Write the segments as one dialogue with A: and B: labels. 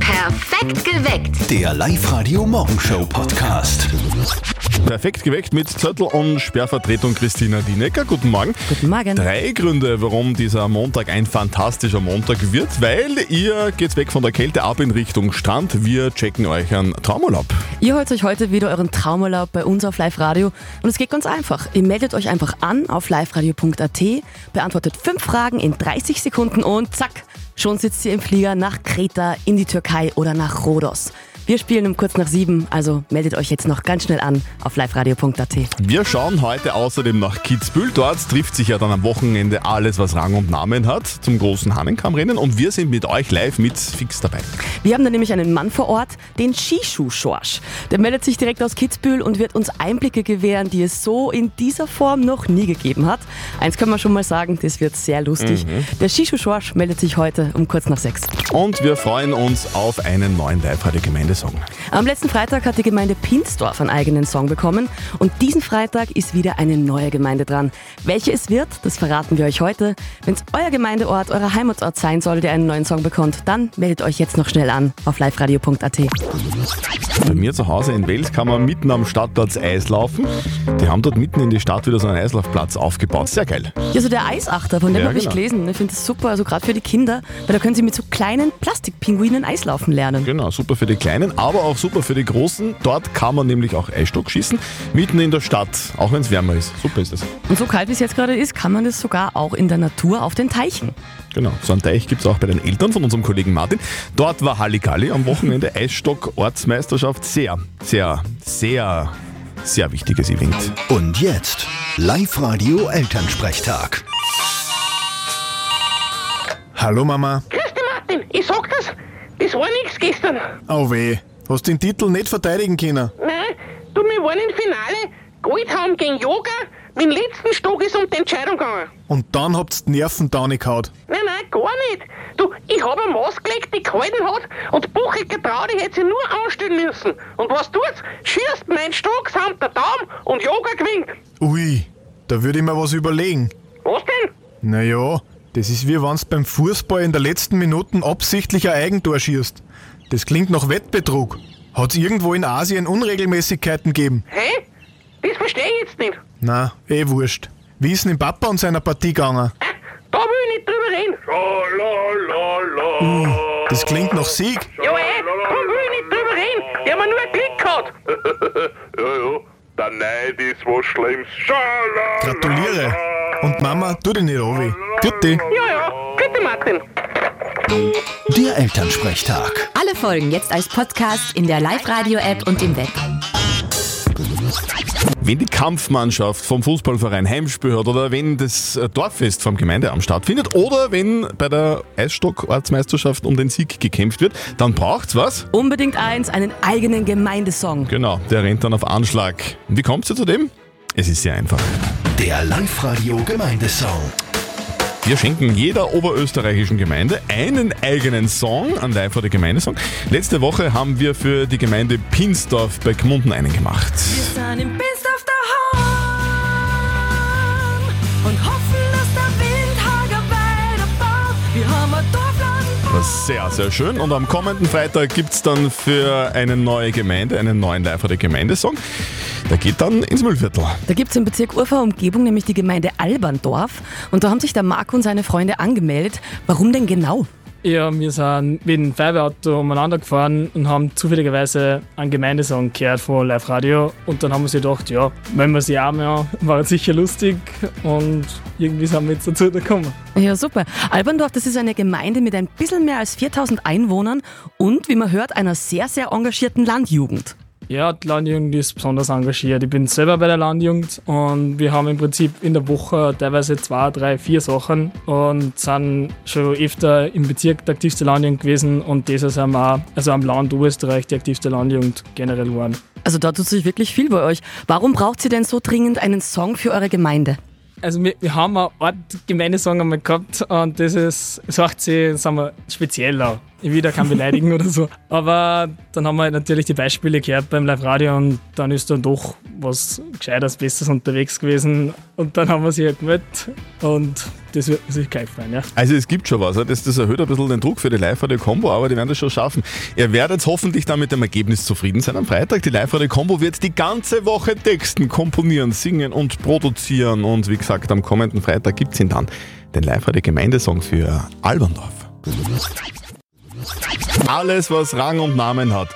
A: Perfekt geweckt.
B: Der Live-Radio-Morgenshow-Podcast.
C: Perfekt geweckt mit Zettel und Sperrvertretung Christina Dienecker. Guten Morgen.
D: Guten Morgen.
C: Drei Gründe, warum dieser Montag ein fantastischer Montag wird, weil ihr geht's weg von der Kälte ab in Richtung Strand. Wir checken euch einen Traumurlaub.
D: Ihr holt euch heute wieder euren Traumurlaub bei uns auf Live Radio und es geht ganz einfach. Ihr meldet euch einfach an auf liveradio.at, beantwortet fünf Fragen in 30 Sekunden und zack, schon sitzt ihr im Flieger nach Kreta, in die Türkei oder nach Rhodos. Wir spielen um kurz nach sieben, also meldet euch jetzt noch ganz schnell an auf liveradio.at.
C: Wir schauen heute außerdem nach Kitzbühel. Dort trifft sich ja dann am Wochenende alles, was Rang und Namen hat, zum großen Hahnenkammrennen und wir sind mit euch live mit fix dabei.
D: Wir haben da nämlich einen Mann vor Ort, den Skischuh-Schorsch. Der meldet sich direkt aus Kitzbühel und wird uns Einblicke gewähren, die es so in dieser Form noch nie gegeben hat. Eins können wir schon mal sagen, das wird sehr lustig. Der Skischuh-Schorsch meldet sich heute um kurz nach sechs.
C: Und wir freuen uns auf einen neuen Live-Radio-Gemeindesong.
D: Am letzten Freitag hat die Gemeinde Pinsdorf einen eigenen Song bekommen und diesen Freitag ist wieder eine neue Gemeinde dran. Welche es wird, das verraten wir euch heute. Wenn es euer Gemeindeort, euer Heimatort sein soll, der einen neuen Song bekommt, dann meldet euch jetzt noch schnell an auf liveradio.at.
C: Bei mir zu Hause in Wels kann man mitten am Stadtplatz Eis laufen. Die haben dort mitten in die Stadt wieder so einen Eislaufplatz aufgebaut. Sehr geil.
D: Ja, so der Eisachter, von dem
C: Ja,
D: habe ich
C: genau.
D: gelesen. Ich finde das super, also gerade für die Kinder, weil da können sie mit so kleinen Plastikpinguinen Eis laufen lernen.
C: Genau, super für die Kleinen, aber auch super für die Großen. Dort kann man nämlich auch Eisstock schießen, mitten in der Stadt, auch wenn es wärmer ist. Super ist das.
D: Und so kalt wie es jetzt gerade ist, kann man das sogar auch in der Natur auf den Teichen.
C: Genau, so einen Teich gibt es auch bei den Eltern von unserem Kollegen Martin. Dort war Halligalli am Wochenende Eisstock-Ortsmeisterschaft. Sehr, sehr, sehr, sehr wichtiges Event.
B: Und jetzt Live-Radio-Elternsprechtag.
E: Hallo Mama.
F: Grüß dich, Martin. Ich sag das. Das war nix gestern.
E: Oh weh, hast den Titel nicht verteidigen können.
F: Nein, du, wir waren im Finale. Goldhaum gegen Yoga. Mit dem letzten Stock ist um die Entscheidung gegangen.
E: Und dann habt's die Nerven gehaut.
F: Nein, nein, gar nicht. Du, ich hab eine Maus gelegt, die gehalten hat und Buchig getraut, ich hätte sie nur anstellen müssen. Und was tut's? Schießt mein Stock samt der Daumen und Yoga gewinnt.
E: Ui, da würde ich mir was überlegen.
F: Was denn?
E: Naja, das ist wie wenn's beim Fußball in der letzten Minute absichtlich ein Eigentor schießt. Das klingt nach Wettbetrug. Hat's irgendwo in Asien Unregelmäßigkeiten gegeben?
F: Hä? Das verstehe ich jetzt nicht.
E: Na, eh wurscht. Wie ist denn Papa und seiner Partie gegangen?
F: Ah, Da will ich nicht drüber reden.
E: Das klingt nach Sieg.
F: Ja, ey, komm, will ich nicht drüber reden. Die haben mir nur einen Klick gehabt.
G: ja, ja. Der Neid ist was Schlimmes. Schala,
E: Gratuliere. Und Mama, tu dich nicht an weh. Bitte.
F: Ja, ja, bitte, Martin.
B: Der Elternsprechtag.
H: Alle Folgen jetzt als Podcast in der Live-Radio-App und im Web.
C: Wenn die Kampfmannschaft vom Fußballverein Heimspiel hat oder wenn das äh, Dorffest vom Gemeindeamt stattfindet oder wenn bei der Eisstock-Ortsmeisterschaft um den Sieg gekämpft wird, dann braucht's was?
D: Unbedingt eins, einen eigenen Gemeindesong.
C: Genau, der rennt dann auf Anschlag. Wie kommst du zu dem? Es ist sehr einfach.
B: Der Live-Radio-Gemeindesong.
C: Wir schenken jeder oberösterreichischen Gemeinde einen eigenen Song, an live oder Gemeindesong. Letzte Woche haben wir für die Gemeinde Pinsdorf bei Gmunden einen gemacht.
I: Dann im Bist auf der Horn und hoffen, dass der Wind Hager weiter baut. Wir haben ein Dorfland.
C: War sehr, sehr schön. Und am kommenden Freitag gibt's dann für eine neue Gemeinde einen neuen live oder Gemeindesong. Der geht dann ins Müllviertel.
D: Da gibt es im Bezirk Urfahr-Umgebung nämlich die Gemeinde Alberndorf und da haben sich der Marco und seine Freunde angemeldet. Warum denn genau?
J: Ja, wir sind mit dem Feuerwehrauto umeinander gefahren und haben zufälligerweise einen Gemeindesong gehört von Live Radio. Und dann haben wir uns gedacht, ja, wenn wir sie auch mehr, war es sicher lustig. Und irgendwie sind wir jetzt dazu gekommen.
D: Ja, super. Alberndorf, das ist eine Gemeinde mit ein bisschen mehr als 4000 Einwohnern und, wie man hört, einer sehr, sehr engagierten Landjugend.
J: Ja, die Landjugend ist besonders engagiert. Ich bin selber bei der Landjugend und wir haben im Prinzip in der Woche teilweise zwei, drei, vier Sachen und sind schon öfter im Bezirk die aktivste Landjugend gewesen und dieses sind wir auch, also am Land Oberösterreich, die aktivste Landjugend generell geworden.
D: Also da tut sich wirklich viel bei euch. Warum braucht ihr denn so dringend einen Song für eure Gemeinde?
J: Also wir, wir haben einen Ort Gemeindesong einmal gehabt und das ist, sagt sie, sagen wir, spezieller. wieder kann beleidigen oder so. Aber dann haben wir halt natürlich die Beispiele gehört beim Live-Radio und dann ist dann doch was Gescheites, Besseres unterwegs gewesen. Und dann haben wir sie halt gemeldet und das wird sich gleich freuen, ja.
C: Also es gibt schon was. Das, das erhöht ein bisschen den Druck für die Live-Radio-Combo, aber die werden das schon schaffen. Ihr werdet hoffentlich dann mit dem Ergebnis zufrieden sein am Freitag. Die Live-Radio-Combo wird die ganze Woche texten, komponieren, singen und produzieren. Und wie gesagt, am kommenden Freitag gibt's ihn dann, den Live-Radio-Gemeindesong für Alberndorf. Alles, was Rang und Namen hat,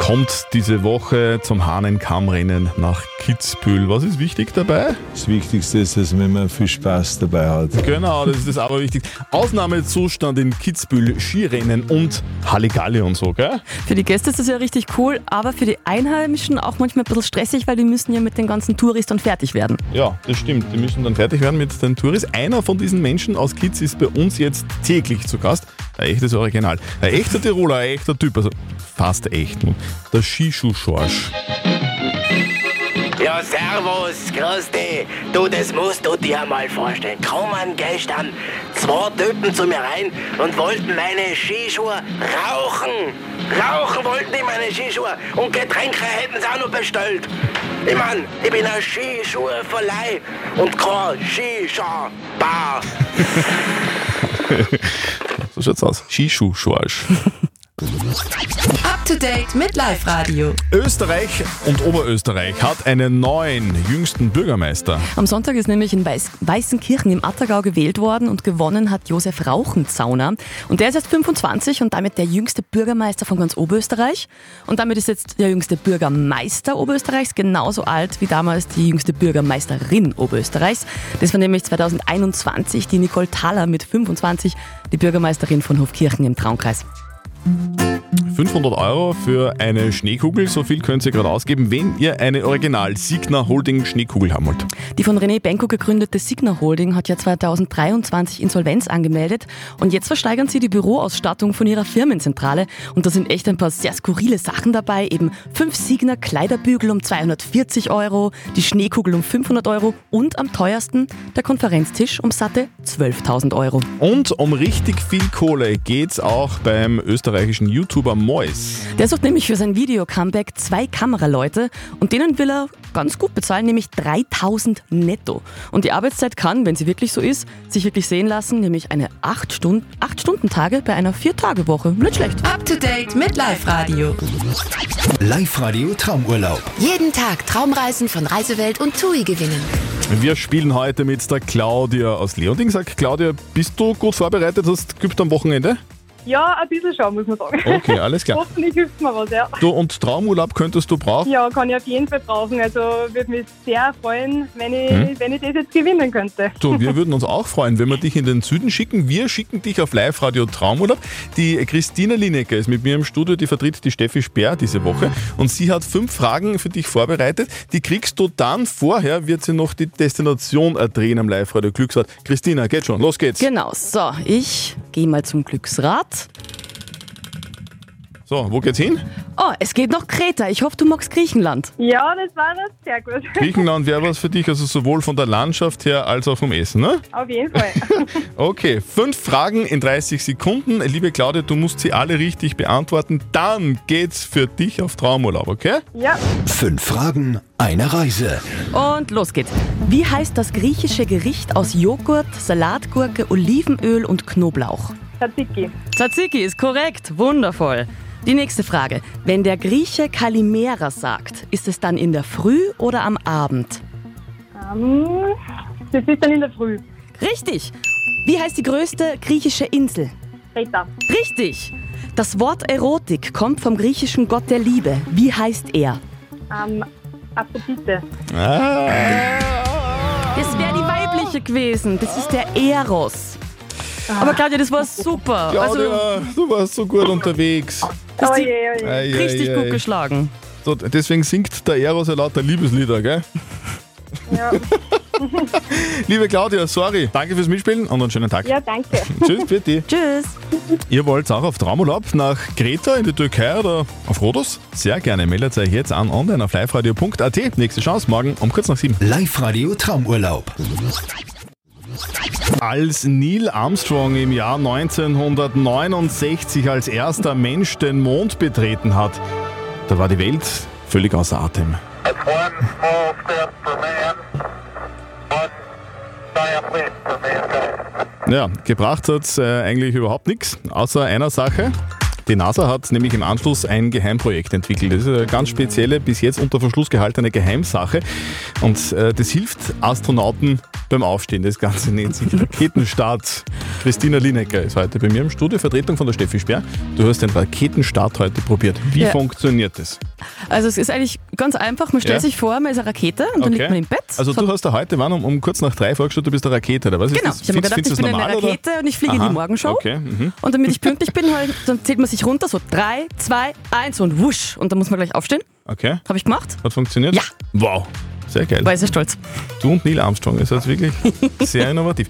C: kommt diese Woche zum Hahnenkammrennen nach Kitzbühel. Was ist wichtig dabei?
A: Das Wichtigste ist, dass man immer viel Spaß dabei hat.
C: Genau, das ist das aber wichtig. Ausnahmezustand in Kitzbühel, Skirennen und Halligalli und so, gell?
D: Für die Gäste ist das ja richtig cool, aber für die Einheimischen auch manchmal ein bisschen stressig, weil die müssen ja mit den ganzen Touristen fertig werden.
C: Ja, das stimmt. Die müssen dann fertig werden mit den Touris. Einer von diesen Menschen aus Kitz ist bei uns jetzt täglich zu Gast. Ein echtes Original. Ein echter Tiroler, ein echter Typ, also fast echt. Der Skischuh-Schorsch.
K: Ja, servus, grüß dich. Du, das musst du dir mal vorstellen. Kommen gestern zwei Typen zu mir rein und wollten meine Skischuhe rauchen. Rauchen wollten die meine Skischuhe und Getränke hätten sie auch noch bestellt. Ich mein, ich bin ein Skischuhverleih und kein Skischuh-Bar.
C: So schaut's aus. Skischuh-Schorsch.
H: Up to date mit Live Radio.
C: Österreich und Oberösterreich hat einen neuen, jüngsten Bürgermeister.
D: Am Sonntag ist nämlich in Weiß Weißenkirchen im Attergau gewählt worden und gewonnen hat Josef Rauchenzauner. Und der ist erst 25 und damit der jüngste Bürgermeister von ganz Oberösterreich. Und damit ist jetzt der jüngste Bürgermeister Oberösterreichs genauso alt wie damals die jüngste Bürgermeisterin Oberösterreichs. Das war nämlich 2021 die Nicole Thaler mit 25, die Bürgermeisterin von Hofkirchen im Traunkreis.
C: 500 Euro für eine Schneekugel, so viel könnt ihr gerade ausgeben, wenn ihr eine Original Signa Holding Schneekugel haben wollt.
D: Die von René Benko gegründete Signa Holding hat ja 2023 Insolvenz angemeldet und jetzt versteigern sie die Büroausstattung von ihrer Firmenzentrale und da sind echt ein paar sehr skurrile Sachen dabei, eben fünf Signa Kleiderbügel um 240 Euro, die Schneekugel um 500 Euro und am teuersten der Konferenztisch um satte 12.000 Euro.
C: Und um richtig viel Kohle geht's auch beim österreichischen YouTuber Mois.
D: Der sucht nämlich für sein Video-Comeback zwei Kameraleute und denen will er ganz gut bezahlen, nämlich 3000 netto. Und die Arbeitszeit kann, wenn sie wirklich so ist, sich wirklich sehen lassen, nämlich eine 8-Stunden-Tage bei einer 4-Tage-Woche. Nicht schlecht.
H: Up to date mit Live Radio.
B: Live-Radio Traumurlaub.
H: Jeden Tag Traumreisen von Reisewelt und TUI gewinnen.
C: Wir spielen heute mit der Claudia aus Leonding. Sag Claudia, bist du gut vorbereitet? Hast geübt am Wochenende?
L: Ja, ein bisschen schon, muss man sagen.
C: Okay, alles klar.
L: Hoffentlich hilft mir was, ja.
C: Du und Traumurlaub könntest du brauchen.
L: Ja, kann ich auf jeden Fall brauchen. Also würde mich sehr freuen, wenn ich, wenn ich das jetzt gewinnen könnte.
C: Du, wir würden uns auch freuen, wenn wir dich in den Süden schicken. Wir schicken dich auf Live-Radio Traumurlaub. Die Christina Linecker ist mit mir im Studio, die vertritt die Steffi Speer diese Woche. Und sie hat fünf Fragen für dich vorbereitet. Die kriegst du dann vorher, wird sie noch die Destination erdrehen am Live-Radio Glücksrad. Christina, geht schon, los geht's.
D: Genau, so, ich gehe mal zum Glücksrad.
C: So, wo geht's hin?
D: Oh, es geht noch Kreta. Ich hoffe, du magst Griechenland.
L: Ja, das war das. Sehr gut.
C: Griechenland wäre was für dich, also sowohl von der Landschaft her als auch vom Essen, ne?
L: Auf jeden Fall.
C: Okay, fünf Fragen in 30 Sekunden. Liebe Claudia, du musst sie alle richtig beantworten. Dann geht's für dich auf Traumurlaub, okay?
L: Ja,
B: Fünf Fragen, eine Reise.
D: Und los geht's. Wie heißt das griechische Gericht aus Joghurt, Salatgurke, Olivenöl und Knoblauch?
L: Tzatziki.
D: Tzatziki ist korrekt. Wundervoll. Die nächste Frage. Wenn der Grieche Kalimera sagt, ist es dann in der Früh oder am Abend?
L: Ähm, das ist dann in der Früh.
D: Richtig. Wie heißt die größte griechische Insel?
L: Rita.
D: Richtig. Das Wort Erotik kommt vom griechischen Gott der Liebe. Wie heißt er?
L: Ähm, Aphrodite.
D: Das wäre die weibliche gewesen. Das ist der Eros. Aber Claudia, das war super. Also,
C: Claudia, du warst so gut unterwegs.
L: Oh je, oh je.
C: Ei, ei,
D: richtig
C: ei.
D: gut geschlagen.
C: So, deswegen singt der Eros ja lauter Liebeslieder, gell?
L: Ja.
C: Liebe Claudia, sorry. Danke fürs Mitspielen und einen schönen Tag.
L: ja, danke.
C: Tschüss, bitte.
D: Tschüss.
C: Ihr wollt auch auf Traumurlaub nach Kreta in die Türkei oder auf Rhodos? Sehr gerne. Meldet euch jetzt an online auf liveradio.at. Nächste Chance morgen um kurz nach sieben.
B: Live-Radio Traumurlaub.
C: Als Neil Armstrong im Jahr 1969 als erster Mensch den Mond betreten hat, da war die Welt völlig außer Atem. Ja, gebracht hat es äh, eigentlich überhaupt nichts, außer einer Sache. Die NASA hat nämlich im Anschluss ein Geheimprojekt entwickelt. Das ist eine ganz spezielle, bis jetzt unter Verschluss gehaltene Geheimsache. Und äh, das hilft Astronauten beim Aufstehen. Das Ganze nennt sich Raketenstart. Christina Linecker ist heute bei mir im Studio, Vertretung von der Steffi Speer. Du hast den Raketenstart heute probiert. Wie
D: Ja.
C: funktioniert das?
D: Also es ist eigentlich ganz einfach. Man stellt
C: Ja.
D: sich vor, man ist eine Rakete und dann
C: Okay.
D: liegt man im Bett.
C: Also du hast da heute wann um, um kurz nach drei vorgestellt, du bist eine Rakete, oder was?
D: Genau,
C: ist das?
D: ich habe mir gedacht,
C: Findest
D: ich
C: du
D: bin
C: das normal,
D: eine Rakete
C: oder?
D: und ich fliege in
C: Aha,
D: die Morgenshow.
C: Okay. Mhm.
D: Und damit ich pünktlich bin, halt, dann zählt man sich runter, so drei, zwei, eins und wusch. Und dann muss man gleich aufstehen.
C: okay.
D: Habe ich gemacht?
C: Hat funktioniert? Ja. Wow. Sehr geil.
D: War ich sehr stolz.
C: Du und Neil Armstrong, das ist wirklich sehr innovativ.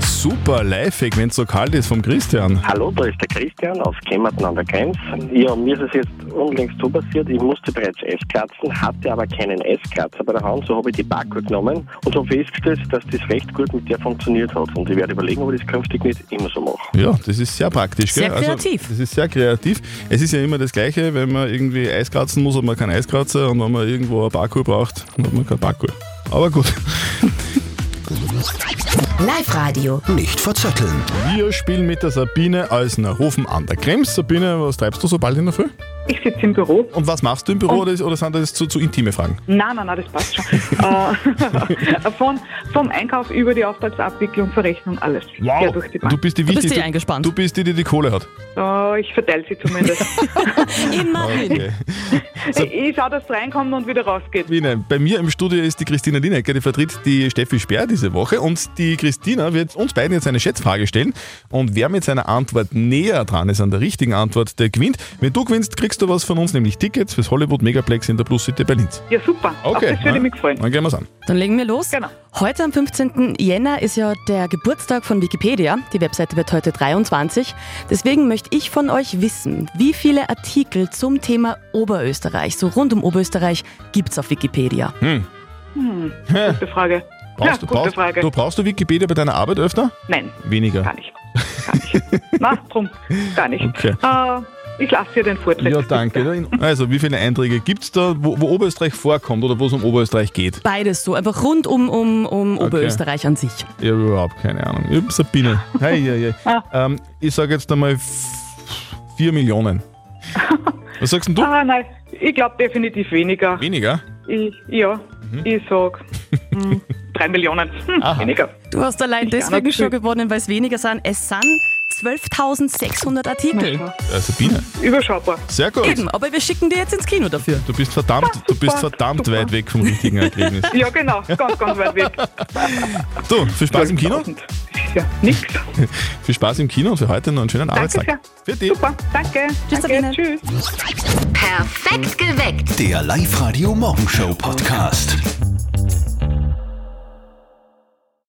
C: Super Lifehack, wenn es so kalt ist, vom Christian.
J: Hallo, da ist der Christian aus Kemmerton an der Krems. Ja, mir ist es jetzt unlängst so passiert, ich musste bereits Eiskratzer, hatte aber keinen Eiskratzer bei der Hand, so habe ich die Baku genommen und habe festgestellt, dass das recht gut mit der funktioniert hat. Und ich werde überlegen, ob ich das künftig nicht immer so mache.
C: Ja, das ist sehr praktisch.
J: Sehr
C: gell? Also,
J: kreativ.
C: das ist sehr kreativ. Es ist ja immer das Gleiche, wenn man irgendwie Eis kratzen muss, hat man keinen Eiskratzer und wenn man irgendwo einen Parkour braucht, dann hat man keinen Parkour. Aber gut.
H: Live-Radio.
B: Nicht verzetteln.
C: Wir spielen mit der Sabine als Rufen an der Krems. Sabine, was treibst du so bald in der Früh?
F: Ich sitze im Büro.
C: Und was machst du im Büro oder, ist- oder sind das zu, zu intime Fragen?
F: Nein, nein, nein, das passt schon. Äh, von, vom Einkauf über die Auftragsabwicklung, Verrechnung, alles. Quer durch die Bank.
C: Du bist die wichtigste. eingespannt. Du bist die, die die Kohle hat.
F: Äh, ich verteile sie zumindest. Immerhin.
C: Okay.
F: Ich schaue, dass es reinkommt und wieder rausgeht.
C: Sabine, bei mir im Studio ist die Christina Linecker, die vertritt die Steffi Speer diese Woche und die Christina wird uns beiden jetzt eine Schätzfrage stellen und wer mit seiner Antwort näher dran ist an der richtigen Antwort, der gewinnt. Wenn du gewinnst, kriegst du was von uns, nämlich Tickets fürs Hollywood Megaplex in der Plus City Berlin.
F: Ja, super.
C: Okay,
F: Auf das würde
C: na,
F: ich mich freuen.
C: Dann gehen wir's an.
D: Dann legen wir los. Genau. Heute am 15. Jänner ist ja der Geburtstag von Wikipedia. Die Webseite wird heute 23. Deswegen möchte ich von euch wissen, wie viele Artikel zum Thema Oberösterreich, so rund um Oberösterreich, gibt es auf Wikipedia?
C: Hm.
F: Hm, gute Frage.
C: Brauchst
F: ja,
C: du,
F: gute
C: brauchst,
F: Frage.
C: du brauchst du Wikipedia bei deiner Arbeit öfter?
F: Nein,
C: Weniger.
F: Gar nicht. na, drum, gar nicht.
C: Okay.
F: Äh, ich lasse dir den Vortritt.
C: Ja, danke. Also, wie viele Einträge gibt es da, wo, wo Oberösterreich vorkommt oder wo es um Oberösterreich geht?
D: Beides so, einfach rund um, um, um Oberösterreich an sich.
C: Ich habe überhaupt keine Ahnung. Ich hab Sabine. Hey, hey, hey. ähm, ich sage jetzt einmal f- 4 Millionen. Was sagst denn du?
F: Ah, nein, ich glaube definitiv weniger.
C: Weniger?
F: Ich, ja,
C: Mhm.
F: ich sag hm, drei Millionen. Hm, weniger.
D: Du hast allein deswegen schon gewonnen, weil es weniger sind. Es sind 12.600 Artikel.
C: Äh, Sabine.
F: Überschaubar.
C: Sehr gut.
D: Eben, aber wir schicken die jetzt ins Kino dafür.
C: Du bist verdammt, du bist verdammt weit weg vom richtigen Ergebnis.
F: Ja, genau, ganz, ganz weit weg.
C: Du, viel Spaß im Kino.
F: Ja, nix.
C: viel Spaß im Kino und für heute noch einen schönen Arbeitstag. Für dich.
F: Super, danke. Tschüss, danke, Tschüss.
H: Perfekt geweckt.
B: Der Live-Radio Morgenshow Podcast.